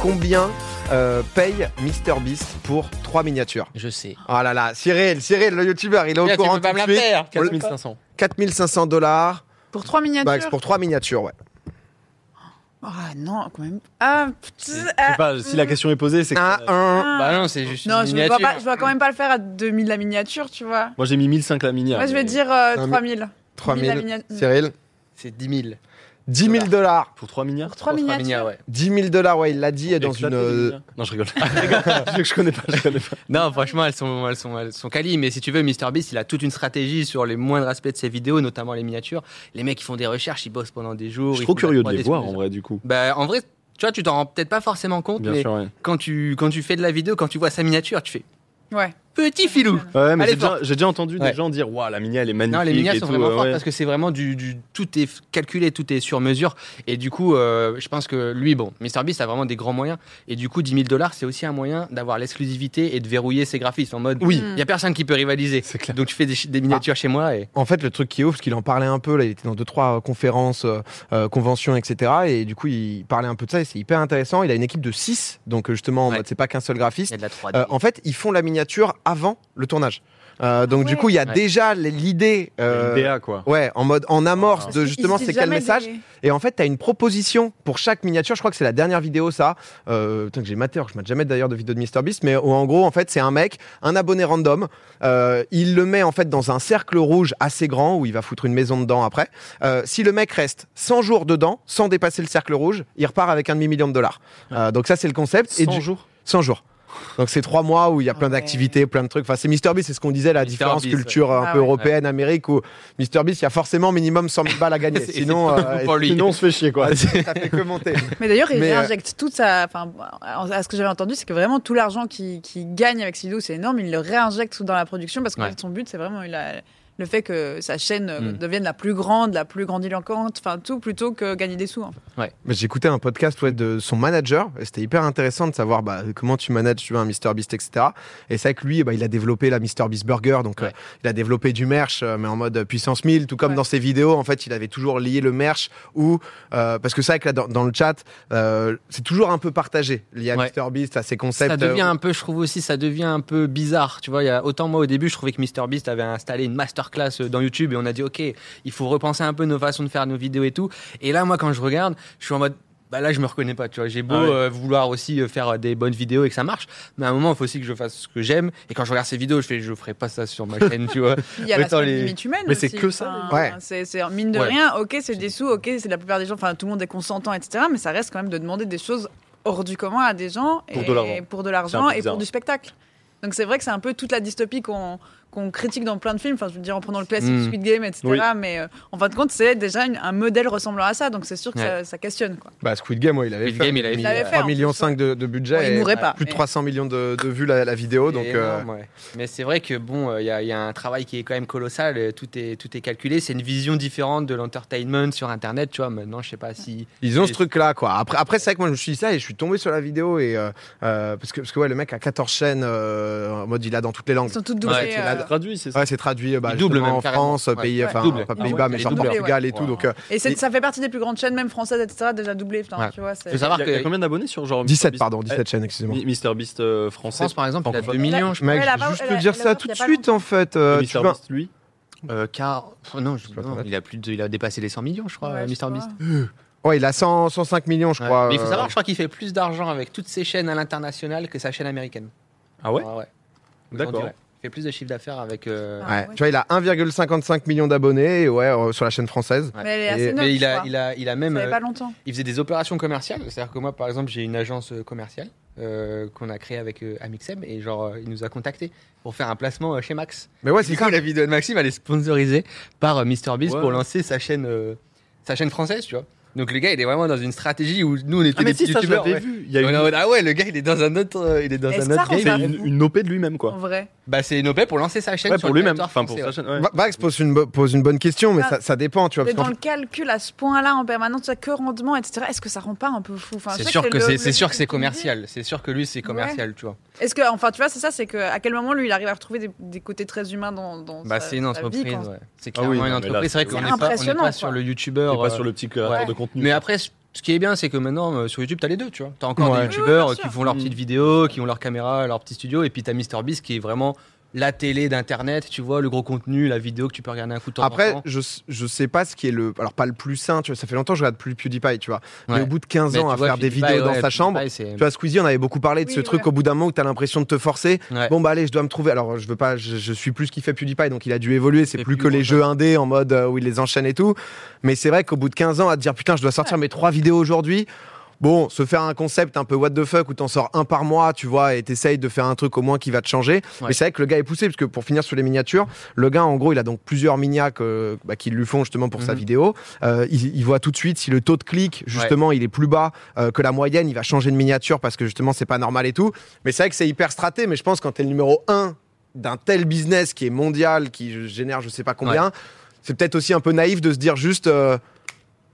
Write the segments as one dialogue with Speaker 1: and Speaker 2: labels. Speaker 1: combien euh, paye MrBeast pour trois miniatures
Speaker 2: Je sais.
Speaker 1: Oh là là, Cyril, Cyril, le youtubeur, il est au
Speaker 2: Là, tu
Speaker 1: courant
Speaker 2: peux pas
Speaker 1: tout
Speaker 2: me
Speaker 1: de
Speaker 2: la
Speaker 1: suite.
Speaker 2: faire.
Speaker 1: On le-
Speaker 2: 4500.
Speaker 1: 4500 dollars
Speaker 3: Pour trois miniatures.
Speaker 1: bah, pour trois miniatures, ouais.
Speaker 3: Ah non, quand même. Ah, p'tit,
Speaker 4: Je
Speaker 3: ah,
Speaker 4: sais pas, si la question est posée, c'est que.
Speaker 1: 1, 1.
Speaker 3: ah.
Speaker 2: Bah non, c'est juste
Speaker 3: Non,
Speaker 2: une
Speaker 3: je, me vois
Speaker 2: miniature.
Speaker 3: pas, je vois quand même pas le faire à 2000 la miniature, tu vois.
Speaker 4: Moi j'ai mis 1005 la minière.
Speaker 3: Moi, je vais
Speaker 4: mais
Speaker 3: dire euh,
Speaker 1: Non, mais-
Speaker 3: 3000. 3000 la
Speaker 1: 3000.
Speaker 3: miniature.
Speaker 1: Cyril
Speaker 2: C'est 10 000.
Speaker 1: 10 000 dollars.
Speaker 4: Pour 3 minières
Speaker 3: Pour 3
Speaker 2: Pour trois
Speaker 3: miniatures.
Speaker 2: ouais.
Speaker 1: 10 000 dollars, ouais, il l'a dit, dans
Speaker 4: Éclater
Speaker 1: une.
Speaker 4: les
Speaker 1: euh,
Speaker 4: minières. Non, je rigole. je, je connais pas, je connais pas.
Speaker 2: Non, franchement, elles sont, elles sont, elles sont quali. Mais si tu veux, MrBeast, il a toute une stratégie sur les moindres aspects de ses vidéos, notamment les miniatures. Les mecs, ils font des recherches, ils bossent pendant des jours.
Speaker 4: Je suis
Speaker 2: ils
Speaker 4: trop
Speaker 2: font
Speaker 4: curieux de
Speaker 2: la
Speaker 4: les
Speaker 2: 3D
Speaker 4: voir en
Speaker 2: sur-
Speaker 4: vrai, du coup.
Speaker 2: Bah, en vrai, tu vois, tu t'en rends peut-être pas forcément compte,
Speaker 4: Bien
Speaker 2: mais
Speaker 4: sûr, ouais.
Speaker 2: quand tu, quand tu fais de la vidéo, quand tu vois sa miniature, tu fais Ah.
Speaker 3: Ouais.
Speaker 2: petit filou.
Speaker 4: Ouais, mais
Speaker 2: Allez,
Speaker 4: j'ai déjà,
Speaker 2: forte.
Speaker 4: j'ai déjà entendu
Speaker 2: Ouais.
Speaker 4: des gens dire Waouh, la minière elle est magnifique.
Speaker 2: Non, les miniatures sont
Speaker 4: et tout,
Speaker 2: vraiment
Speaker 4: euh,
Speaker 2: fortes
Speaker 4: ouais.
Speaker 2: parce que c'est vraiment du, du- tout est f- calculé, tout est sur mesure. Et du coup, euh, je pense que lui, bon, MrBeast a vraiment des grands moyens. Et du coup, 10 000 dollars, c'est aussi un moyen d'avoir l'exclusivité et de verrouiller ses graphismes en mode
Speaker 1: Oui.
Speaker 2: il y a personne qui peut rivaliser.
Speaker 4: C'est clair.
Speaker 2: Donc tu fais des, chi- des miniatures chez moi et
Speaker 1: En fait, le truc qui est ouf, c'est qu'il en parlait un peu. Là, il était dans deux trois euh, conférences, euh, euh, conventions, etc. Et du coup, il parlait un peu de ça. Et c'est hyper intéressant. Il a une équipe de 6 donc euh, justement, en
Speaker 2: Ouais.
Speaker 1: mode, c'est pas qu'un seul
Speaker 2: il
Speaker 1: graphiste.
Speaker 2: y a de la 3D.
Speaker 1: Euh, en fait, ils font la miniature avant le tournage. Euh, donc du
Speaker 3: ouais.
Speaker 1: coup, il y a
Speaker 2: Ouais.
Speaker 1: déjà les- l'idée. euh,
Speaker 4: Une DA, quoi.
Speaker 1: Ouais, en mode en amorce
Speaker 3: Parce
Speaker 1: de
Speaker 3: qu'ils
Speaker 1: justement
Speaker 3: disent
Speaker 1: c'est quel
Speaker 3: jamais
Speaker 1: message.
Speaker 3: des-
Speaker 1: Et en fait, tu as une proposition pour chaque miniature. Je crois que c'est la dernière vidéo, ça. Euh, putain, que j'ai maté, alors que je mate jamais d'ailleurs de vidéo de MrBeast. Mais oh, en gros, en fait, c'est un mec, un abonné random. Euh, il le met en fait dans un cercle rouge assez grand où il va foutre une maison dedans après. Euh, si le mec reste 100 jours dedans, sans dépasser le cercle rouge, il repart avec un demi-million de dollars. Euh, donc, ça, c'est le concept. Et
Speaker 4: 100
Speaker 1: du-
Speaker 4: jours
Speaker 1: 100 jours. Donc c'est trois mois où il y a plein
Speaker 3: Ah ouais.
Speaker 1: d'activités, plein de trucs. Enfin, c'est Mr Beast, c'est ce qu'on disait, la
Speaker 2: Mr.
Speaker 1: différence
Speaker 2: Beast,
Speaker 1: culture euh, un
Speaker 3: Ah
Speaker 1: peu
Speaker 3: ouais.
Speaker 1: européenne, Amérique, où Mr Beast, il y a forcément minimum 100 000 balles à gagner.
Speaker 2: C'est-
Speaker 1: sinon, euh,
Speaker 2: c'est pour lui.
Speaker 4: Sinon on se fait chier, quoi.
Speaker 1: ça fait que monter.
Speaker 3: Mais d'ailleurs, il
Speaker 1: Mais, euh,
Speaker 3: réinjecte toute sa. Enfin, à ce que j'avais entendu, c'est que vraiment tout l'argent qu'il qu'il gagne avec Sido, c'est énorme. Il le réinjecte sous- dans la production parce que
Speaker 2: Ouais.
Speaker 3: son but, c'est vraiment la- le fait que sa chaîne euh,
Speaker 2: Mm.
Speaker 3: devienne la plus grande, la plus grandiloquente, enfin tout, plutôt que gagner des sous. hein. en fait.
Speaker 1: Mais Bah, J'écoutais un podcast ouais, de son manager. et C'était hyper intéressant de savoir bah, comment tu manages tu vois, un Mr Beast, etc. Et c'est vrai que lui, bah, il a développé la Mr Beast Burger. Donc,
Speaker 2: Ouais.
Speaker 1: euh, il a développé du merch, euh, mais en mode puissance 1000. Tout comme
Speaker 3: Ouais.
Speaker 1: dans ses vidéos, en fait, il avait toujours lié le merch ou euh, parce que c'est vrai que là, dans, dans le chat, euh, c'est toujours un peu partagé lié à
Speaker 2: Ouais.
Speaker 1: Mr Beast, à ses concepts.
Speaker 2: ça devient
Speaker 1: euh,
Speaker 2: un peu, je trouve aussi, ça devient un peu bizarre. Tu vois, il y a, autant moi au début, je trouvais que MrBeast avait installé une masterclass euh, dans YouTube et on a dit, ok, il faut repenser un peu nos façons de faire nos vidéos et tout. Et là, moi, quand je regarde, je suis en mode, bah là, je me reconnais pas. Tu vois, j'ai beau
Speaker 4: Ah ouais.
Speaker 2: euh, vouloir aussi euh, faire euh, des bonnes vidéos et que ça marche, mais à un moment, il faut aussi que je fasse ce que j'aime. Et quand je regarde ces vidéos, je fais, je ferai pas ça sur ma chaîne, tu vois.
Speaker 3: Il y a
Speaker 2: Mais attends,
Speaker 3: la
Speaker 2: les-
Speaker 3: limite humaine.
Speaker 4: Mais c'est
Speaker 3: aussi.
Speaker 4: que ça,
Speaker 3: Enfin,
Speaker 1: Ouais.
Speaker 3: C'est c'est- mine de
Speaker 2: Ouais.
Speaker 3: rien. Ok, c'est des sous. Ok, c'est la plupart des gens. Enfin, tout le monde est consentant, etc. Mais ça reste quand même de demander des choses hors du commun à des gens
Speaker 4: Pour
Speaker 3: et
Speaker 4: de l'argent.
Speaker 3: pour de
Speaker 4: C'est un
Speaker 3: l'argent
Speaker 4: peu
Speaker 3: et
Speaker 4: bizarre.
Speaker 3: pour du spectacle. Donc c'est vrai que c'est un peu toute la dystopie qu'on qu'on critique dans plein de films. Enfin, je veux dire en prenant le classique
Speaker 2: Mm.
Speaker 3: Squid Game, etc.
Speaker 4: Hmm. Oui.
Speaker 3: Mais euh, en fin de compte, c'est déjà une- un modèle ressemblant à ça. Donc c'est sûr que
Speaker 2: Ouais.
Speaker 3: ça, ça questionne. Quoi.
Speaker 1: Bah, Squid Game, ouais, il avait
Speaker 2: Squid
Speaker 1: fait,
Speaker 2: Game, il euh, avait
Speaker 3: Il l'avait fait,
Speaker 1: 3,5
Speaker 3: en
Speaker 1: millions
Speaker 3: plus, ouais.
Speaker 1: de, de budget.
Speaker 3: Bon, il
Speaker 1: et
Speaker 3: mourrait pas.
Speaker 1: Plus de
Speaker 3: mais-
Speaker 1: 300 millions de, de vues la, la vidéo. Donc,
Speaker 2: C'est
Speaker 1: euh,
Speaker 2: énorme, ouais. Mais c'est vrai que bon, il y, a un travail qui est quand même colossal. euh, Tout est tout est calculé. C'est une vision différente de l'entertainment sur Internet. Tu vois, maintenant, je sais pas si
Speaker 1: Ils ont
Speaker 2: Et-
Speaker 1: ce truc-là, quoi. Après, après c'est vrai que moi, je me suis dit ça et je suis tombé sur la vidéo. Et, euh, euh, parce, que, parce que, ouais, le mec a 14 chaînes euh, en mode il a dans toutes les langues.
Speaker 3: Ils sont toutes doublées.
Speaker 2: Ouais,
Speaker 3: euh,
Speaker 4: Traduit, c'est ça.
Speaker 1: Ouais, c'est traduit euh, bah,
Speaker 2: Il double
Speaker 1: justement
Speaker 2: même,
Speaker 1: en
Speaker 2: carrément.
Speaker 1: France,
Speaker 2: Ouais.
Speaker 1: pays,
Speaker 3: Ouais.
Speaker 1: enfin,
Speaker 2: Double.
Speaker 1: pas
Speaker 4: Ah
Speaker 1: Pays-Bas,
Speaker 4: ouais,
Speaker 1: mais
Speaker 2: il
Speaker 1: genre
Speaker 2: double.
Speaker 1: Portugal et
Speaker 2: Ouais.
Speaker 1: tout. Donc, euh,
Speaker 3: et c'est-
Speaker 1: Et-
Speaker 3: ça fait partie des plus grandes chaînes, même françaises, etc. Déjà doublées. Putain,
Speaker 2: Ouais.
Speaker 3: Tu vois, c'est-
Speaker 2: Faut savoir
Speaker 4: Il y a- il y a
Speaker 2: que-
Speaker 4: combien d'abonnés sur genre
Speaker 1: 17,
Speaker 4: MrBeast
Speaker 1: pardon, 17 chaînes, excusez-moi.
Speaker 4: Mi- Mr Beast euh, français.
Speaker 2: France, par exemple, il a 2
Speaker 4: Francophone.
Speaker 2: millions. Je...
Speaker 1: Mec,
Speaker 3: Ouais,
Speaker 1: je
Speaker 3: la
Speaker 1: vais
Speaker 3: barbe-
Speaker 1: juste
Speaker 3: la-
Speaker 1: te dire
Speaker 3: la
Speaker 1: ça
Speaker 3: barbe,
Speaker 1: tout
Speaker 3: y
Speaker 1: de
Speaker 3: a pas
Speaker 1: suite, en fait. euh,
Speaker 4: Et
Speaker 1: tu
Speaker 4: Mr
Speaker 1: vas-
Speaker 4: Beast, lui.
Speaker 2: Euh, car non, je- non, il a plus de... il a dépassé les 100 millions, je crois,
Speaker 3: Ouais, je sais
Speaker 2: Mr Beast.
Speaker 3: pas.
Speaker 1: Ouais, il a 100, 105 millions, je
Speaker 2: Ouais.
Speaker 1: crois.
Speaker 2: Mais il faut
Speaker 1: euh,
Speaker 2: savoir, je crois qu'il fait plus d'argent avec toutes ses chaînes à l'international que sa chaîne américaine.
Speaker 4: Ah ouais
Speaker 2: On
Speaker 4: D'accord.
Speaker 2: dirait. Il fait plus de chiffre d'affaires avec. euh,
Speaker 3: Ah,
Speaker 1: Ouais.
Speaker 3: ouais.
Speaker 1: Tu vois, il a 1,55 million d'abonnés et ouais, euh, sur la chaîne française.
Speaker 2: Ouais.
Speaker 3: Mais elle est
Speaker 1: Et-
Speaker 3: assez neuve,
Speaker 2: Mais il
Speaker 3: je
Speaker 2: a,
Speaker 3: crois.
Speaker 2: il a, il a même.
Speaker 3: Ça fait
Speaker 2: euh,
Speaker 3: pas longtemps.
Speaker 2: il faisait des opérations commerciales. C'est-à-dire que moi, par exemple, j'ai une agence euh, commerciale euh, qu'on a créée avec euh, Amixem et genre, euh, il nous a contacté pour faire un placement euh, chez Max.
Speaker 1: Mais ouais,
Speaker 2: Du
Speaker 1: c'est
Speaker 2: coup,
Speaker 1: ça.
Speaker 2: la vidéo de Maxime, elle est sponsorisée par euh, MrBeast
Speaker 4: Ouais.
Speaker 2: pour lancer sa chaîne, euh, sa chaîne française, tu vois. Donc le gars, il est vraiment dans une stratégie où nous, on était des
Speaker 4: Ah, mais si,
Speaker 2: petits
Speaker 4: ça, je
Speaker 2: youtubeurs.
Speaker 4: l'avais
Speaker 2: ouais.
Speaker 4: vu. Il y a
Speaker 2: On est en
Speaker 4: une-
Speaker 2: mode, ah ouais, le gars, il est dans un autre, euh, il est dans
Speaker 3: Est-ce
Speaker 2: un
Speaker 3: que ça
Speaker 2: autre game.
Speaker 3: rend
Speaker 4: C'est une, une OP de lui-même,
Speaker 3: En
Speaker 4: quoi.
Speaker 3: vrai.
Speaker 2: Bah, c'est une OP pour lancer sa chaîne
Speaker 4: Ouais,
Speaker 2: sur
Speaker 4: pour
Speaker 2: le
Speaker 4: lui-même.
Speaker 2: territoire
Speaker 4: Enfin, pour
Speaker 2: français,
Speaker 4: sa
Speaker 2: ouais.
Speaker 4: chaîne. ouais.
Speaker 1: Ba- Max pose une, bo- pose une bonne question, mais
Speaker 3: Ah.
Speaker 1: ça, ça dépend, tu vois.
Speaker 3: Mais
Speaker 1: parce
Speaker 3: dans
Speaker 1: qu'en-
Speaker 3: le calcul à ce point-là en permanence, tu as que rendement, etc. Est-ce que ça rend pas un peu fou Enfin, je
Speaker 2: C'est
Speaker 3: sais
Speaker 2: sûr que
Speaker 3: le-
Speaker 2: c'est-
Speaker 3: le
Speaker 2: c'est sûr que c'est
Speaker 3: but du film,
Speaker 2: commercial. C'est sûr que lui, c'est commercial, tu vois.
Speaker 3: Est-ce que, enfin, tu vois, c'est ça, c'est que à quel moment lui, il arrive à retrouver des, des côtés très humains dans, dans
Speaker 2: Bah,
Speaker 3: sa-
Speaker 2: c'est une
Speaker 3: sa vie,
Speaker 2: entreprise.
Speaker 3: quand-
Speaker 2: ouais. C'est
Speaker 4: Ah
Speaker 2: clairement
Speaker 4: oui, non,
Speaker 2: une
Speaker 4: mais là,
Speaker 2: entreprise. C'est vrai
Speaker 4: c'est-
Speaker 2: qu'on
Speaker 3: hein. C'est
Speaker 2: n'est pas, on n'est
Speaker 3: impressionnant,
Speaker 2: pas sur
Speaker 3: quoi.
Speaker 2: le
Speaker 4: T'es
Speaker 2: youtubeur.
Speaker 4: pas
Speaker 2: euh,
Speaker 4: sur le petit créateur
Speaker 2: ouais.
Speaker 4: de contenu.
Speaker 2: Mais
Speaker 4: quoi.
Speaker 2: après, je- Ce qui est bien, c'est que maintenant euh, sur YouTube, t'as les deux, tu vois. T'as encore
Speaker 1: Ouais.
Speaker 2: des
Speaker 1: Oui,
Speaker 3: oui,
Speaker 2: youtubeurs
Speaker 3: bien
Speaker 2: euh, qui
Speaker 3: sûr.
Speaker 2: font leurs
Speaker 4: Mm.
Speaker 2: petites vidéos, qui ont leur caméra, leur petit studio, et puis t'as MrBeast qui est vraiment la télé d'internet, tu vois, le gros contenu, la vidéo que tu peux regarder un coup de temps en
Speaker 1: Après,
Speaker 2: temps.
Speaker 1: je, je sais pas ce qui est le. Alors, pas le plus sain, tu vois. Ça fait longtemps que je regarde plus PewDiePie, tu vois. Mais
Speaker 2: Ouais.
Speaker 1: au bout de 15
Speaker 2: Mais
Speaker 1: ans
Speaker 2: tu
Speaker 1: à
Speaker 2: vois,
Speaker 1: faire des
Speaker 2: PewDiePie,
Speaker 1: vidéos dans
Speaker 2: ouais,
Speaker 1: sa chambre.
Speaker 2: PewDiePie, c'est-
Speaker 1: Tu vois, Squeezie, on avait beaucoup parlé de
Speaker 3: Oui,
Speaker 1: ce truc
Speaker 3: ouais.
Speaker 1: au bout d'un moment où t'as l'impression de te forcer.
Speaker 2: Ouais.
Speaker 1: Bon, bah allez, je dois me trouver. Alors, je veux pas, je, je suis plus ce qu'il fait PewDiePie, donc il a dû évoluer. C'est
Speaker 2: C'est
Speaker 1: plus
Speaker 2: plus
Speaker 1: que les
Speaker 2: grand-chose.
Speaker 1: jeux indés en mode euh, où il les enchaîne et tout. Mais c'est vrai qu'au bout de 15 ans, à te dire putain, je dois sortir mes trois vidéos aujourd'hui. Bon, se faire un concept un peu what the fuck où t'en sors un par mois, tu vois, et t'essayes de faire un truc au moins qui va te changer. Mais
Speaker 2: Ouais.
Speaker 1: c'est vrai que le gars est poussé, parce que pour finir sur les miniatures, le gars, en gros, il a donc plusieurs minias que- bah, qui lui font justement pour sa
Speaker 2: Mhm.
Speaker 1: vidéo. Euh, il, il voit tout de suite si le taux de clic, justement, il est plus bas euh, que la moyenne, il va changer de miniature parce que justement, c'est pas normal et tout. Mais c'est vrai que c'est hyper straté, mais je pense que quand t'es le numéro 1 d'un tel business qui est mondial, qui génère je sais pas combien, c'est peut-être aussi un peu naïf de se dire juste. euh,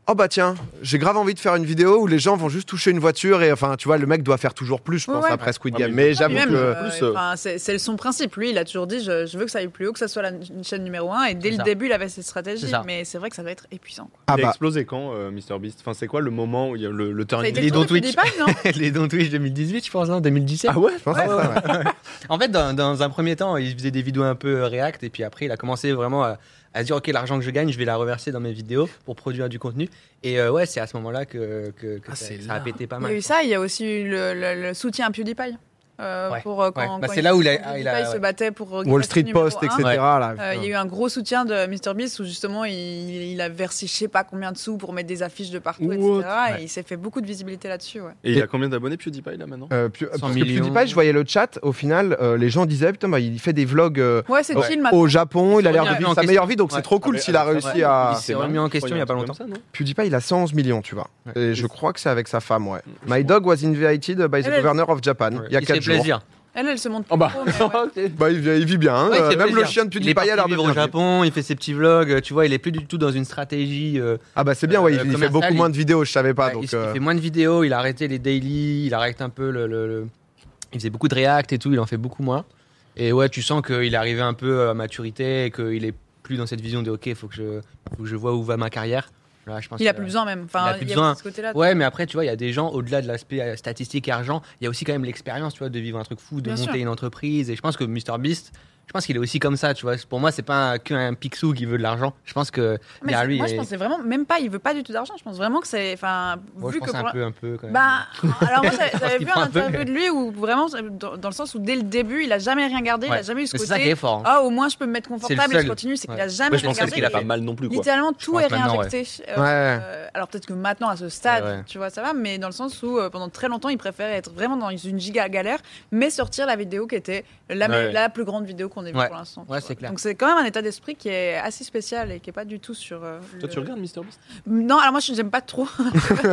Speaker 1: Oh bah tiens, j'ai grave envie de faire une vidéo où les gens vont juste toucher une voiture et enfin tu vois le mec doit faire toujours plus je
Speaker 3: Ouais, bah,
Speaker 1: pense
Speaker 3: ouais.
Speaker 1: après Squid
Speaker 4: Ah,
Speaker 1: Game.
Speaker 4: mais-
Speaker 1: Mais
Speaker 3: Puis
Speaker 1: j'avoue
Speaker 3: même,
Speaker 1: que
Speaker 3: euh,
Speaker 4: plus, euh,
Speaker 3: enfin, c'est c'est son principe. Lui, il a toujours dit je, je veux que ça aille plus haut, que ça soit la une chaîne numéro un. Et dès
Speaker 2: C'est
Speaker 3: le
Speaker 2: ça.
Speaker 3: début, il avait cette
Speaker 2: C'est
Speaker 3: stratégie.
Speaker 2: ça.
Speaker 3: Mais c'est vrai que ça doit être épuisant. quoi.
Speaker 1: ah
Speaker 4: il a
Speaker 1: bah
Speaker 4: explosé quand, euh, MrBeast Enfin, c'est quoi le moment où il y a le, le
Speaker 3: Ça a
Speaker 4: turning
Speaker 3: été
Speaker 2: les
Speaker 3: trop
Speaker 2: dons Twitch.
Speaker 3: PewDiePie, non
Speaker 2: les dons Twitch 2018, je pense, non 2017.
Speaker 4: Ah ouais
Speaker 1: je pense que c'est ça, ouais.
Speaker 2: En fait, dans, dans un premier temps, il faisait des vidéos un peu euh, React, et puis après, il a commencé vraiment à, à se dire Ok, l'argent que je gagne, je vais la reverser dans mes vidéos pour produire du contenu. Et euh, ouais, c'est à ce moment-là que, que, que
Speaker 4: Ah,
Speaker 2: ça,
Speaker 4: c'est
Speaker 2: ça a
Speaker 4: là.
Speaker 2: pété pas
Speaker 3: Il y
Speaker 2: mal.
Speaker 3: a eu ça, il y a aussi eu le, le- le soutien à PewDiePie. euh,
Speaker 2: Ouais,
Speaker 3: pour, euh, quand,
Speaker 2: ouais.
Speaker 3: quand
Speaker 2: Bah, c'est là où il a-
Speaker 3: PewDiePie
Speaker 2: il a-
Speaker 3: se
Speaker 2: ouais.
Speaker 3: battait pour euh,
Speaker 1: Wall
Speaker 3: rester
Speaker 1: Street
Speaker 3: numéro
Speaker 1: Post,
Speaker 3: un.
Speaker 1: etc. là.
Speaker 3: Euh, il y a eu un gros soutien de MrBeast où justement il, il a versé je sais pas combien de sous pour mettre des affiches de partout, etc.
Speaker 4: What
Speaker 3: Et il s'est fait beaucoup de visibilité là-dessus. Ouais.
Speaker 4: Et il a combien d'abonnés PewDiePie là maintenant
Speaker 1: Euh, Pew-
Speaker 2: 100
Speaker 1: parce que
Speaker 2: millions.
Speaker 1: PewDiePie, je voyais le chat, au final, euh, les gens disaient putain, bah, il fait des vlogs euh,
Speaker 3: Ouais, c'est
Speaker 1: Ouais.
Speaker 3: chill
Speaker 2: Oh.
Speaker 3: maintenant.
Speaker 1: au Japon, il a l'air de
Speaker 2: Ouais,
Speaker 1: vivre
Speaker 2: en
Speaker 1: sa
Speaker 2: question.
Speaker 1: meilleure vie, donc c'est
Speaker 2: Ouais.
Speaker 1: trop cool
Speaker 4: Ah,
Speaker 1: s'il a
Speaker 4: ouais,
Speaker 1: réussi
Speaker 2: euh, ouais.
Speaker 1: à.
Speaker 2: Il s'est remis en question il y a pas longtemps.
Speaker 1: PewDiePie, il a 111 millions, tu vois.
Speaker 2: Ouais.
Speaker 1: Et je crois que c'est avec sa femme, ouais.
Speaker 4: Je
Speaker 1: My dog was invited by the
Speaker 3: Elle, elle-
Speaker 1: governor of Japan il y a
Speaker 2: Il
Speaker 1: 4
Speaker 2: fait
Speaker 1: jours.
Speaker 2: plaisir.
Speaker 3: Elle, elle se montre
Speaker 4: Oh bah.
Speaker 3: trop, mais ouais.
Speaker 1: Bah, il, vit- il vit bien, hein.
Speaker 2: Ouais, il
Speaker 1: Euh,
Speaker 2: fait
Speaker 1: même le
Speaker 2: plaisir.
Speaker 1: chien de
Speaker 2: Il est
Speaker 1: PewDiePie
Speaker 2: parti
Speaker 1: a l'air de
Speaker 2: vivre
Speaker 1: bien
Speaker 2: au
Speaker 1: vivre.
Speaker 2: Japon, il fait ses petits vlogs, euh, tu vois, il est plus du tout dans une stratégie. euh,
Speaker 1: Ah bah c'est bien, ouais,
Speaker 2: Euh,
Speaker 1: il- il fait
Speaker 2: commercial,
Speaker 1: beaucoup
Speaker 2: il-
Speaker 1: moins de vidéos, je savais pas.
Speaker 2: ouais, il,
Speaker 1: donc,
Speaker 2: s- il
Speaker 1: euh,
Speaker 2: fait moins de vidéos, il a arrêté les daily, il arrête un peu le, le- le- Il faisait beaucoup de React et tout, il en fait beaucoup moins. Et ouais, tu sens qu'il est arrivé un peu à maturité et qu'il est plus dans cette vision de OK, faut que je, faut que je vois où va ma carrière. Là, je pense
Speaker 3: Il a
Speaker 2: que-
Speaker 3: plus besoin même. Enfin,
Speaker 2: il a plus
Speaker 3: il y
Speaker 2: besoin.
Speaker 3: ce côté-là.
Speaker 2: Ouais, mais après, tu vois, il y a des gens, au-delà de l'aspect euh, statistique et argent, il y a aussi quand même l'expérience, tu vois, de vivre un truc fou, de
Speaker 3: Bien
Speaker 2: monter
Speaker 3: sûr.
Speaker 2: une entreprise. Et je pense que MrBeast, je pense qu'il est aussi comme ça, tu vois. Pour moi, c'est pas un- qu'un pixou qui veut de l'argent. Je pense que
Speaker 3: Mais
Speaker 2: derrière
Speaker 3: c'est-
Speaker 2: Bah, lui,
Speaker 3: moi, je
Speaker 2: il-
Speaker 3: pense que c'est vraiment même pas. Il veut pas du tout d'argent. Je pense vraiment que c'est. Enfin,
Speaker 2: moi, je
Speaker 3: vu que
Speaker 2: pense
Speaker 3: pour-
Speaker 2: un peu, un peu quand même.
Speaker 3: Bah, alors moi, j'avais-
Speaker 2: Je pense
Speaker 3: j'avais
Speaker 2: qu'il
Speaker 3: vu
Speaker 2: prend
Speaker 3: un
Speaker 2: un peu,
Speaker 3: interview
Speaker 2: mais-
Speaker 3: de lui où vraiment, dans, dans le sens où dès le début, il a jamais rien gardé, il
Speaker 2: Ouais.
Speaker 3: a jamais eu ce
Speaker 2: Mais c'est ça qui
Speaker 3: côté.
Speaker 2: est fort. hein.
Speaker 3: Ah, au moins, je peux me mettre confortable et je
Speaker 2: seul.
Speaker 3: continue. C'est qu'il a
Speaker 2: Ouais.
Speaker 3: jamais
Speaker 4: Moi, je
Speaker 3: rien
Speaker 4: pensais
Speaker 3: gardé.
Speaker 4: qu'il a pas
Speaker 3: il-
Speaker 4: mal non plus quoi.
Speaker 3: Littéralement, tout
Speaker 2: pense
Speaker 3: est
Speaker 2: maintenant,
Speaker 3: réinjecté. Euh,
Speaker 1: Ouais.
Speaker 3: euh, alors peut-être que maintenant, à ce stade,
Speaker 2: Ouais, ouais.
Speaker 3: tu vois, ça va, mais dans le sens où euh, pendant très longtemps, il préférait être vraiment dans une giga galère, mais sortir la vidéo qui était la, me-
Speaker 4: Ouais.
Speaker 3: la plus grande vidéo qu'on ait vue
Speaker 2: Ouais.
Speaker 3: pour l'instant. tu
Speaker 2: Ouais,
Speaker 3: vois.
Speaker 2: c'est clair.
Speaker 3: Donc c'est quand même un état d'esprit qui est assez spécial et qui est pas du tout sur. euh,
Speaker 4: Toi,
Speaker 3: le-
Speaker 4: tu regardes MrBeast
Speaker 3: Non, alors moi je n'aime pas trop,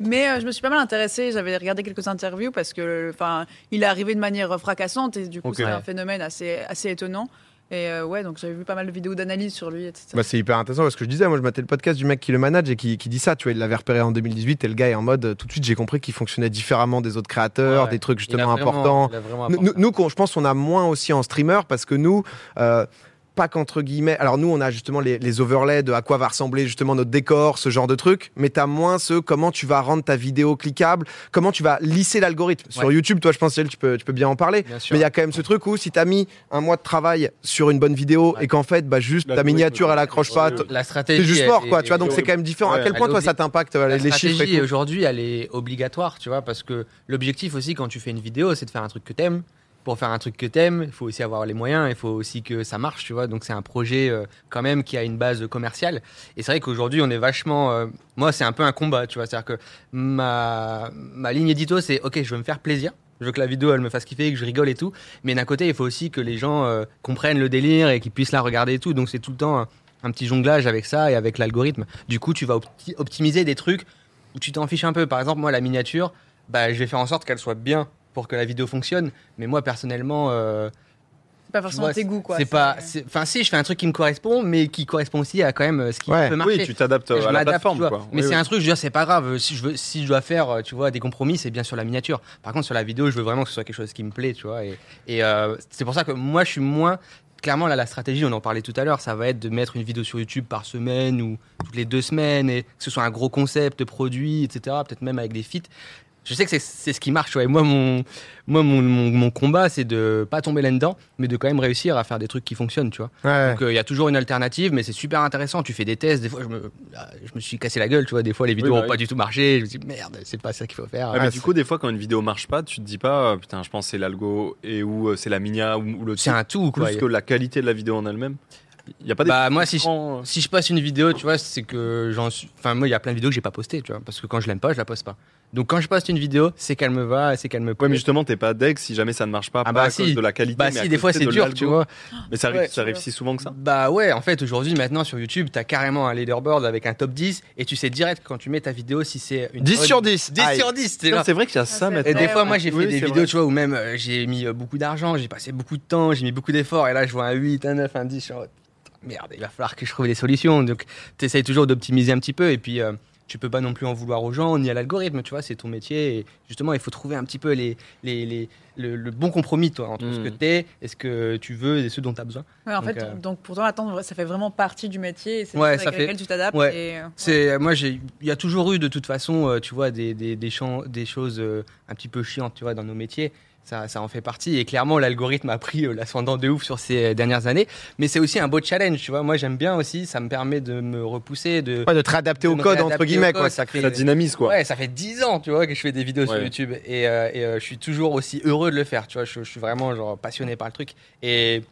Speaker 3: mais euh, je me suis pas mal intéressée. J'avais regardé quelques interviews parce que, enfin, il est arrivé de manière euh, fracassante et du coup
Speaker 4: Ok.
Speaker 3: c'est un
Speaker 2: Ouais.
Speaker 3: phénomène assez assez étonnant. Et euh, ouais, donc j'avais vu pas mal de vidéos d'analyse sur lui, etc.
Speaker 1: Bah, c'est hyper intéressant parce que je disais, moi je matais le podcast du mec qui le manage et qui, qui dit ça, tu vois, il l'avait repéré en 2018 et le gars est en mode euh, tout de suite j'ai compris qu'il fonctionnait différemment des autres créateurs,
Speaker 2: Ouais,
Speaker 1: des trucs
Speaker 2: Il a
Speaker 1: justement
Speaker 2: vraiment-
Speaker 1: importants.
Speaker 2: il a vraiment
Speaker 1: Nous,
Speaker 2: apporté
Speaker 1: nous, qu'on- je pense qu'on a moins aussi en streamer parce que nous, euh, pas qu'entre guillemets. Alors nous, on a justement les, les overlays de à quoi va ressembler justement notre décor, ce genre de truc. Mais t'as moins ce comment tu vas rendre ta vidéo cliquable, comment tu vas lisser l'algorithme. Sur
Speaker 2: Ouais.
Speaker 1: YouTube, toi, je pense Cyril, tu peux, tu peux bien en parler.
Speaker 2: ça, bien sûr.
Speaker 1: Mais il y a quand même ce truc où si t'as mis un mois de travail sur une bonne vidéo
Speaker 2: Ouais.
Speaker 1: et qu'en fait, bah juste ta
Speaker 4: L'algorithme,
Speaker 1: miniature, elle accroche pas.
Speaker 4: ouais.
Speaker 1: t-
Speaker 2: la stratégie.
Speaker 1: C'est juste
Speaker 2: elle
Speaker 1: fort,
Speaker 2: est-
Speaker 1: quoi. Tu vois, donc
Speaker 4: elle-
Speaker 1: c'est quand même différent. À
Speaker 4: ouais,
Speaker 1: quel
Speaker 2: elle
Speaker 1: point
Speaker 2: est
Speaker 1: toi
Speaker 2: obli-
Speaker 1: ça t'impacte euh,
Speaker 2: La
Speaker 1: les, les chiffres et
Speaker 2: stratégie
Speaker 1: tout
Speaker 2: aujourd'hui, elle est obligatoire, tu vois, parce que l'objectif aussi quand tu fais une vidéo, c'est de faire un truc que t'aimes. Pour faire un truc que t'aimes, il faut aussi avoir les moyens, il faut aussi que ça marche, tu vois. Donc c'est un projet euh, quand même qui a une base commerciale. Et c'est vrai qu'aujourd'hui, on est vachement. euh, moi, c'est un peu un combat, tu vois. C'est-à-dire que ma, ma ligne édito, c'est OK, je veux me faire plaisir. Je veux que la vidéo, elle me fasse kiffer, que je rigole et tout. Mais d'un côté, il faut aussi que les gens euh, comprennent le délire et qu'ils puissent la regarder et tout. Donc c'est tout le temps un, un petit jonglage avec ça et avec l'algorithme. Du coup, tu vas opti- optimiser des trucs où tu t'en fiches un peu. Par exemple, moi, la miniature, bah, je vais faire en sorte qu'elle soit bien pour que la vidéo fonctionne. Mais moi, personnellement, euh,
Speaker 3: C'est pas
Speaker 2: tu
Speaker 3: forcément
Speaker 2: vois,
Speaker 3: tes goûts, quoi. euh
Speaker 2: c'est pas. c'est- Enfin, si, je fais un truc qui me correspond, mais qui correspond aussi à quand même euh, ce qui
Speaker 1: Ouais.
Speaker 2: peut marcher.
Speaker 4: Oui, tu t'adaptes euh,
Speaker 2: Je
Speaker 4: à la
Speaker 2: m'adapte,
Speaker 4: plateforme
Speaker 2: tu vois.
Speaker 4: quoi.
Speaker 2: Mais
Speaker 4: Oui,
Speaker 2: c'est
Speaker 4: oui.
Speaker 2: un truc, je veux dire, c'est pas grave. Euh, Si je, veux, si je dois faire, euh, tu vois, des compromis, c'est bien sur la miniature. Par contre, sur la vidéo, je veux vraiment que ce soit quelque chose qui me plaît, tu vois. Et, et, euh, c'est pour ça que moi, je suis moins clairement, là, la stratégie, on en parlait tout à l'heure, ça va être de mettre une vidéo sur YouTube par semaine ou toutes les deux semaines, et que ce soit un gros concept, produit, etc. Peut-être même avec des feats. Je sais que c'est- c'est ce qui marche. Ouais. Moi, mon, moi mon, mon- mon combat, c'est de pas tomber là-dedans, mais de quand même réussir à faire des trucs qui fonctionnent, tu vois.
Speaker 1: Ouais.
Speaker 2: Donc il y a toujours une alternative, mais c'est super intéressant. Tu fais des tests. Des fois, je me, ah, je me suis cassé la gueule, tu vois. Des fois, les vidéos
Speaker 4: bah
Speaker 2: n'ont
Speaker 4: oui.
Speaker 2: pas du tout marché. Je me dis merde, c'est pas ça qu'il faut faire.
Speaker 4: Ah, mais
Speaker 1: Ah,
Speaker 4: du
Speaker 1: c'est-
Speaker 4: coup, des fois, quand une vidéo marche pas, tu te dis pas, euh, putain, je pense que c'est l'algo et ou euh, c'est la minia ou, ou le
Speaker 2: c'est
Speaker 4: titre,
Speaker 2: un tout, quoi.
Speaker 4: plus que la qualité de la vidéo en elle-même. Il y a pas des.
Speaker 2: Bah moi, si je,
Speaker 4: grands, euh,
Speaker 2: si je poste une vidéo, tu vois, c'est que j'en suis. Enfin, moi, il y a plein de vidéos que j'ai pas postées, tu vois, parce que quand je l'aime pas, je la poste pas. Donc quand je poste une vidéo, c'est qu'elle me va, c'est qu'elle me.
Speaker 4: Ouais,
Speaker 2: plaît.
Speaker 4: mais justement, t'es pas deck si jamais ça ne marche pas,
Speaker 2: Ah
Speaker 4: pas
Speaker 2: bah
Speaker 4: à
Speaker 2: si.
Speaker 4: cause de la qualité.
Speaker 2: bah
Speaker 4: mais à
Speaker 2: si, des
Speaker 4: cause
Speaker 2: fois,
Speaker 4: de
Speaker 2: c'est dur,
Speaker 4: l'algo.
Speaker 2: tu vois.
Speaker 4: Mais ça arrive,
Speaker 2: Ouais,
Speaker 4: ça arrive si souvent que ça.
Speaker 2: Bah ouais, en fait, aujourd'hui, maintenant, sur YouTube, t'as carrément un leaderboard avec un top 10 et tu sais direct quand tu mets ta vidéo si c'est une.
Speaker 1: 10 sur 10.
Speaker 2: 10 sur 10, c'est genre-
Speaker 4: Putain, C'est vrai qu'il y a ça
Speaker 3: Ah, c'est-
Speaker 4: maintenant.
Speaker 2: Et des
Speaker 3: Ouais,
Speaker 2: fois,
Speaker 3: ouais.
Speaker 2: moi, j'ai fait
Speaker 4: Oui,
Speaker 2: des
Speaker 4: c'est
Speaker 2: vidéos,
Speaker 4: vrai.
Speaker 2: tu vois, où même euh, j'ai mis euh, beaucoup d'argent, j'ai passé beaucoup de temps, j'ai mis beaucoup d'efforts, et là, je vois un 8, un 9, un 10, je suis en mode, Putain, merde, il va falloir que je trouve des solutions. Donc, tu essayes toujours d'optimiser un petit peu, et puis euh, tu peux pas non plus en vouloir aux gens, ni à l'algorithme, tu vois, c'est ton métier, et justement, il faut trouver un petit peu les, les, les- le, le bon compromis, toi, entre ce
Speaker 4: Mm.
Speaker 2: que t'es, et ce que tu veux, et ce dont t'as besoin.
Speaker 3: Ouais, en
Speaker 2: Donc,
Speaker 3: fait,
Speaker 2: euh,
Speaker 3: donc pour toi, attendre, ça fait vraiment partie du métier. et C'est
Speaker 2: Ouais,
Speaker 3: ouais,
Speaker 2: ça
Speaker 3: avec
Speaker 2: fait-
Speaker 3: lequel tu t'adaptes.
Speaker 2: ouais.
Speaker 3: et, euh,
Speaker 2: C'est euh, moi j'ai il y a toujours eu de toute façon euh, tu vois des des des, champs- des choses euh, un petit peu chiantes tu vois dans nos métiers ça ça en fait partie et clairement l'algorithme a pris euh, l'ascendant de ouf sur ces euh, dernières années mais c'est aussi un beau challenge tu vois moi j'aime bien aussi ça me permet de me repousser de
Speaker 1: Ouais, de te réadapter au
Speaker 2: de me
Speaker 1: code,
Speaker 2: réadapter
Speaker 1: entre guillemets,
Speaker 2: au
Speaker 1: quoi.
Speaker 2: code, ça crée
Speaker 4: Ça dynamise quoi.
Speaker 2: Ouais, ça fait 10 ans, tu vois, que je fais des vidéos sur
Speaker 4: Ouais.
Speaker 2: YouTube et, euh, et, euh, je suis toujours aussi heureux de le faire, tu vois. Je, je suis vraiment genre passionné par le truc et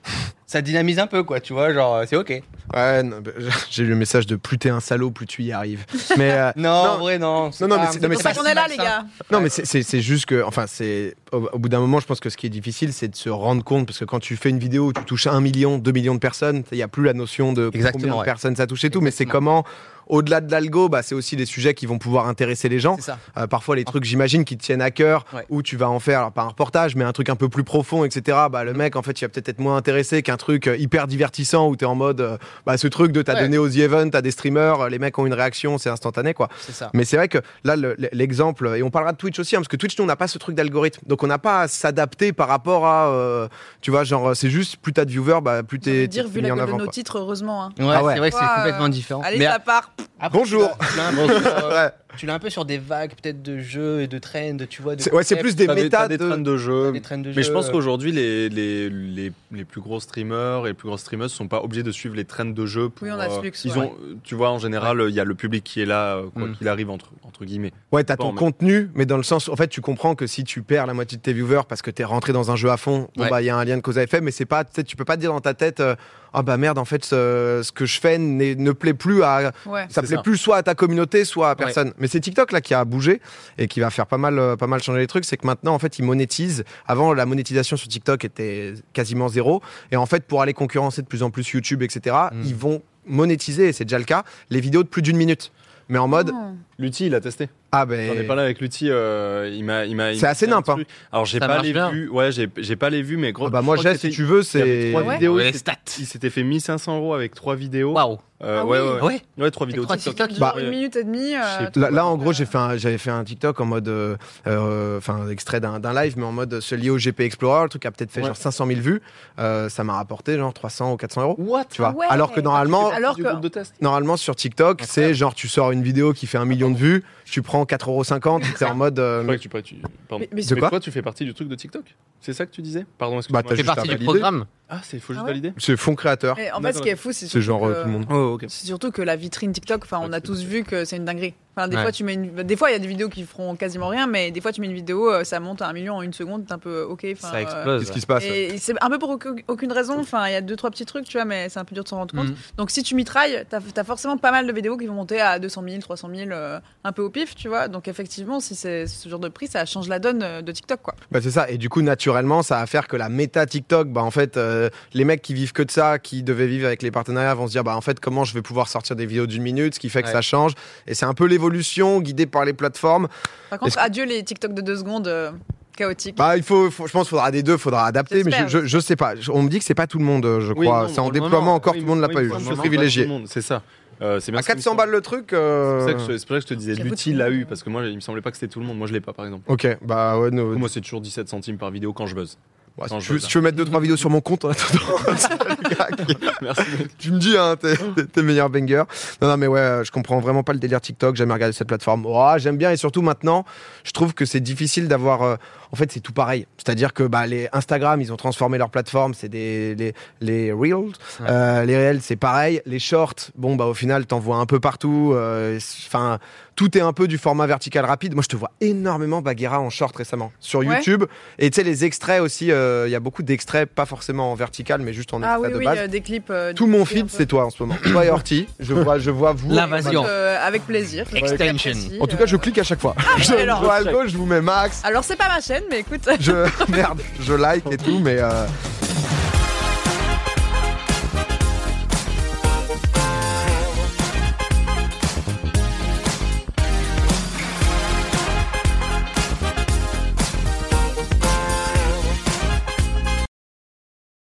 Speaker 2: ça dynamise un peu, quoi, tu vois. Genre, euh, c'est ok.
Speaker 1: Ouais, non, bah, j'ai eu le message de plus t'es un salaud, plus tu y arrives. Mais euh,
Speaker 2: Non, en vrai, non.
Speaker 1: Non, non, mais c'est- non, mais
Speaker 3: C'est pour ça
Speaker 1: c'est-
Speaker 3: qu'on est là,
Speaker 2: si
Speaker 3: les
Speaker 2: malsain.
Speaker 3: gars.
Speaker 1: Non, mais c'est- c'est c'est juste que, enfin, c'est au, au bout d'un moment, je pense que ce qui est difficile, c'est de se rendre compte, parce que quand tu fais une vidéo où tu touches un million, deux millions de personnes, il n'y a plus la notion de
Speaker 2: Exactement,
Speaker 1: combien de
Speaker 2: ouais.
Speaker 1: personnes ça touche et tout, mais c'est
Speaker 2: Exactement.
Speaker 1: comment, au-delà de l'algo, bah, c'est aussi des sujets qui vont pouvoir intéresser les gens.
Speaker 2: C'est ça. Ah.
Speaker 1: Euh, parfois, les trucs, j'imagine, qui te tiennent à cœur,
Speaker 2: Ouais.
Speaker 1: où tu vas en faire, alors, pas un reportage, mais un truc un peu plus profond, etc. Bah, le mec, en fait, il va peut-être être moins intéressé qu'un truc euh, hyper divertissant où tu es en mode, euh, bah, ce truc de t'as
Speaker 2: Ouais.
Speaker 1: donné aux The Event, t'as des streamers, euh, les mecs ont une réaction, c'est instantané, quoi.
Speaker 2: C'est ça.
Speaker 1: Mais c'est vrai que là, le- le- l'exemple, et on parlera de Twitch aussi, hein, parce que Twitch, nous, on n'a pas ce truc d'algorithme. Donc, on n'a pas à s'adapter par rapport à. euh, tu vois, genre, c'est juste plus t'as de viewers, bah, plus
Speaker 3: J'ai envie
Speaker 1: t'es.
Speaker 3: de dire,
Speaker 1: t'es
Speaker 3: vu
Speaker 1: mis
Speaker 3: la
Speaker 1: en
Speaker 3: gueule de
Speaker 1: avant,
Speaker 3: nos
Speaker 1: quoi.
Speaker 3: titres, heureusement. hein.
Speaker 2: Ouais,
Speaker 1: Ah ouais.
Speaker 2: c'est vrai que c'est
Speaker 3: Ouais,
Speaker 2: complètement
Speaker 3: euh,
Speaker 2: différent.
Speaker 3: Allez,
Speaker 2: Mais
Speaker 3: ça part.
Speaker 2: après,
Speaker 1: Bonjour.
Speaker 2: Tu l'as un peu sur, euh,
Speaker 1: Ouais,
Speaker 2: tu l'as un peu sur des vagues peut-être de jeux et de trends, tu vois. de
Speaker 1: c'est ouais, c'est
Speaker 2: concepts,
Speaker 1: plus des
Speaker 4: T'as des,
Speaker 1: méta
Speaker 4: t'as des trains
Speaker 1: de.
Speaker 4: de jeu.
Speaker 2: des trends de
Speaker 4: Mais
Speaker 2: jeux,
Speaker 4: je pense
Speaker 2: euh,
Speaker 4: qu'aujourd'hui, les, les, les, les plus gros streamers et les plus grosses streameuses sont pas obligés de suivre les trends de jeu. Pour,
Speaker 3: Oui, on a ce
Speaker 4: euh,
Speaker 3: luxe,
Speaker 4: ils
Speaker 3: ouais.
Speaker 4: ont, euh, tu vois, en général, il y a le public qui est là, euh, quoi
Speaker 2: Mm.
Speaker 4: qu'il arrive, entre, entre guillemets.
Speaker 1: Ouais, t'as
Speaker 4: Bon,
Speaker 1: ton
Speaker 4: mais-
Speaker 1: contenu, mais dans le sens. En fait, tu comprends que si tu perds la moitié de tes viewers parce que t'es rentré dans un jeu à fond, bon,
Speaker 2: Ouais.
Speaker 1: bah, il y a un lien de cause à effet, mais c'est pas. tu sais, Tu peux pas te dire dans ta tête. euh, ah bah merde, en fait, ce, ce que je fais n'est- ne plaît plus à,
Speaker 3: Ouais.
Speaker 1: ça
Speaker 4: C'est
Speaker 1: plaît
Speaker 4: ça.
Speaker 1: plus soit à ta communauté, soit à personne. Mais c'est TikTok là qui a bougé et qui va faire pas mal, euh, pas mal changer les trucs. C'est que maintenant, en fait, ils monétisent. Avant, la monétisation sur TikTok était quasiment zéro. Et en fait, pour aller concurrencer de plus en plus YouTube, etc.,
Speaker 4: Hmm.
Speaker 2: Mm.
Speaker 1: ils vont monétiser, et c'est déjà le cas, les vidéos de plus d'une minute. Mais en mode,
Speaker 3: Oh.
Speaker 4: Lutti, il a testé.
Speaker 1: ah
Speaker 4: J'en ai
Speaker 1: ben.
Speaker 4: parlé avec Lutti. euh, il m'a, il m'a. il
Speaker 1: C'est
Speaker 4: m'a
Speaker 1: assez
Speaker 4: dit un
Speaker 1: nimp, hein.
Speaker 4: truc. Alors, j'ai
Speaker 2: Ça
Speaker 4: pas
Speaker 2: marche
Speaker 4: les
Speaker 2: bien.
Speaker 4: vues. Ouais, j'ai, j'ai pas les vues, mais gros.
Speaker 1: ah bah moi
Speaker 4: je crois
Speaker 1: j'ai
Speaker 4: que
Speaker 1: si
Speaker 4: c'était-
Speaker 1: tu veux
Speaker 4: il y avait
Speaker 1: c'est
Speaker 4: trois
Speaker 3: Ouais.
Speaker 4: vidéos.
Speaker 2: Ouais,
Speaker 4: il
Speaker 2: les
Speaker 4: s'était-
Speaker 2: stats.
Speaker 4: Il s'était fait 1500 euros avec trois vidéos.
Speaker 2: Waouh.
Speaker 4: Euh,
Speaker 3: Ah
Speaker 4: ouais,
Speaker 3: oui.
Speaker 4: ouais, ouais.
Speaker 2: Ouais.
Speaker 4: Ouais, trois vidéos
Speaker 2: trois
Speaker 4: TikTok.
Speaker 2: TikTok.
Speaker 3: Genre
Speaker 4: Bah,
Speaker 3: une minute et demie. euh,
Speaker 4: je sais
Speaker 1: là, là, en gros j'ai fait un- j'avais fait un TikTok en mode euh, euh, enfin extrait d'un d'un live mais en mode se lier au GP Explorer le truc a peut-être fait
Speaker 4: Ouais.
Speaker 1: genre 500 000 vues Euh, ça m'a rapporté genre 300 ou 400 euros
Speaker 2: What
Speaker 1: tu vois
Speaker 3: Ah ouais.
Speaker 1: alors que normalement
Speaker 3: Alors
Speaker 4: du
Speaker 3: que-
Speaker 4: groupe de test.
Speaker 1: Normalement sur TikTok, c'est genre tu sors une vidéo qui fait un million de vues, tu prends 4,50€, t'es en mode. euh,
Speaker 4: Je crois que tu, pourrais- tu- pardon.
Speaker 3: Mais- mais-
Speaker 1: De
Speaker 4: Mais
Speaker 1: quoi
Speaker 4: toi, tu fais partie du truc de TikTok C'est ça que tu disais Pardon,
Speaker 1: Bah,
Speaker 4: excuse-moi.
Speaker 1: t'as
Speaker 2: Fait
Speaker 1: juste
Speaker 2: partie
Speaker 1: à
Speaker 2: du
Speaker 1: valider.
Speaker 2: programme.
Speaker 4: Ah, c'est faut juste
Speaker 3: Ah ouais.
Speaker 4: valider
Speaker 1: C'est fond créateur.
Speaker 3: mais en fait, ce qui est fou, c'est
Speaker 1: C'est
Speaker 3: surtout
Speaker 1: genre euh,
Speaker 3: que-
Speaker 1: tout le monde.
Speaker 4: Oh, ok.
Speaker 3: C'est surtout que la vitrine TikTok, enfin, on a tous vu que c'est une dinguerie. Enfin, des
Speaker 2: Ouais.
Speaker 3: fois, tu mets une... bah, des fois, il y a des vidéos qui feront quasiment rien, mais des fois, tu mets une vidéo, euh, ça monte à un million en une seconde, t'es un peu ok. enfin,
Speaker 2: Ça
Speaker 3: euh,
Speaker 1: Qu'est-ce
Speaker 2: explose.
Speaker 1: qui se passe
Speaker 3: Et c'est un peu pour aucune- aucune raison. Enfin, il y a deux trois petits trucs, tu vois, mais c'est un peu dur de s'en rendre compte.
Speaker 1: Mhm.
Speaker 2: Mm.
Speaker 3: Donc, si tu mitrailles, t'as as forcément pas mal de vidéos qui vont monter à 200 000, 300 000, euh, un peu au pif, tu vois. Donc, effectivement, si c'est ce genre de prix, ça change la donne euh, de TikTok, quoi.
Speaker 1: Bah, c'est ça. Et du coup, naturellement, ça va faire que la méta TikTok, bah, en fait, euh, les mecs qui vivent que de ça, qui devaient vivre avec les partenariats, vont se dire, bah, en fait, comment je vais pouvoir sortir des vidéos d'une minute, ce qui fait que
Speaker 2: Ouais.
Speaker 1: ça change. Et c'est un peu l'évolution guidée par les plateformes.
Speaker 3: Par
Speaker 1: Est-ce
Speaker 3: contre,
Speaker 1: que-
Speaker 3: adieu les TikTok de deux secondes euh, chaotiques.
Speaker 1: Bah, il faut, faut- je pense, qu'il faudra des deux, faudra adapter. Mais je,
Speaker 3: J'espère.
Speaker 1: je, je sais pas. Je- On me dit que c'est pas tout le monde, euh, je
Speaker 4: Oui,
Speaker 1: crois.
Speaker 4: non,
Speaker 1: c'est en
Speaker 4: pour le
Speaker 1: déploiement
Speaker 4: moment,
Speaker 1: encore,
Speaker 4: oui,
Speaker 1: tout le monde l'a
Speaker 4: oui,
Speaker 1: pas
Speaker 4: il
Speaker 1: eu.
Speaker 4: me semble
Speaker 1: Je suis
Speaker 4: que
Speaker 1: privilégié.
Speaker 4: tout le monde, C'est ça. Euh, c'est bien
Speaker 1: À
Speaker 4: ça, il me
Speaker 1: 400
Speaker 4: semble.
Speaker 1: balles le truc.
Speaker 4: C'est
Speaker 1: euh,
Speaker 4: pour ça que je- c'est pour ça que je te disais,
Speaker 3: J'avoue,
Speaker 4: Lutti
Speaker 3: tout le
Speaker 4: l'a
Speaker 3: monde.
Speaker 4: eu, parce que moi, il me semblait pas que c'était tout le monde. Moi, je l'ai pas, par exemple.
Speaker 1: Ok, bah ouais, nous-
Speaker 4: Moi, c'est toujours 17 centimes par vidéo quand je buzz.
Speaker 1: Ouais, si
Speaker 4: Sans
Speaker 1: tu, veux-
Speaker 4: jeu,
Speaker 1: si tu veux mettre 2-3 vidéos sur mon compte en attendant, c'est le gars qui-
Speaker 4: Merci.
Speaker 1: tu me dis, hein, t'es t'es- t'es meilleur banger. Non, non, mais ouais, euh, je comprends vraiment pas le délire TikTok. J'aime regarder cette plateforme. Oh, j'aime bien et surtout maintenant, je trouve que c'est difficile d'avoir. euh, en fait, c'est tout pareil. C'est-à-dire que bah, les Instagram, ils ont transformé leur plateforme. C'est des les, les reels. Euh, les reels, c'est pareil. Les shorts, bon, bah au final, t'en vois un peu partout. euh, c'est- Enfin, tout est un peu du format vertical rapide. Moi, je te vois énormément Baguera en short récemment sur
Speaker 3: Ouais.
Speaker 1: YouTube. Et tu sais, les extraits aussi. euh, Il y a beaucoup d'extraits, pas forcément en vertical, mais juste en
Speaker 3: Ah
Speaker 1: extrait
Speaker 3: oui,
Speaker 1: de
Speaker 3: oui,
Speaker 1: base.
Speaker 3: euh, des clips. euh,
Speaker 1: Tout
Speaker 3: des
Speaker 1: mon
Speaker 3: clips un
Speaker 1: feed,
Speaker 3: peu.
Speaker 1: c'est toi en ce moment. Toi et Horty, je vois, je vois vous.
Speaker 2: L'invasion.
Speaker 3: Euh, avec plaisir.
Speaker 2: Extension.
Speaker 3: J'apprécie,
Speaker 1: En tout cas, je
Speaker 3: euh.
Speaker 1: clique à chaque fois. je,
Speaker 3: mais alors-
Speaker 1: je vois à gauche, je vous mets Max.
Speaker 3: Alors, c'est pas ma chaîne, mais écoute.
Speaker 1: Je merde, je like et tout, mais euh,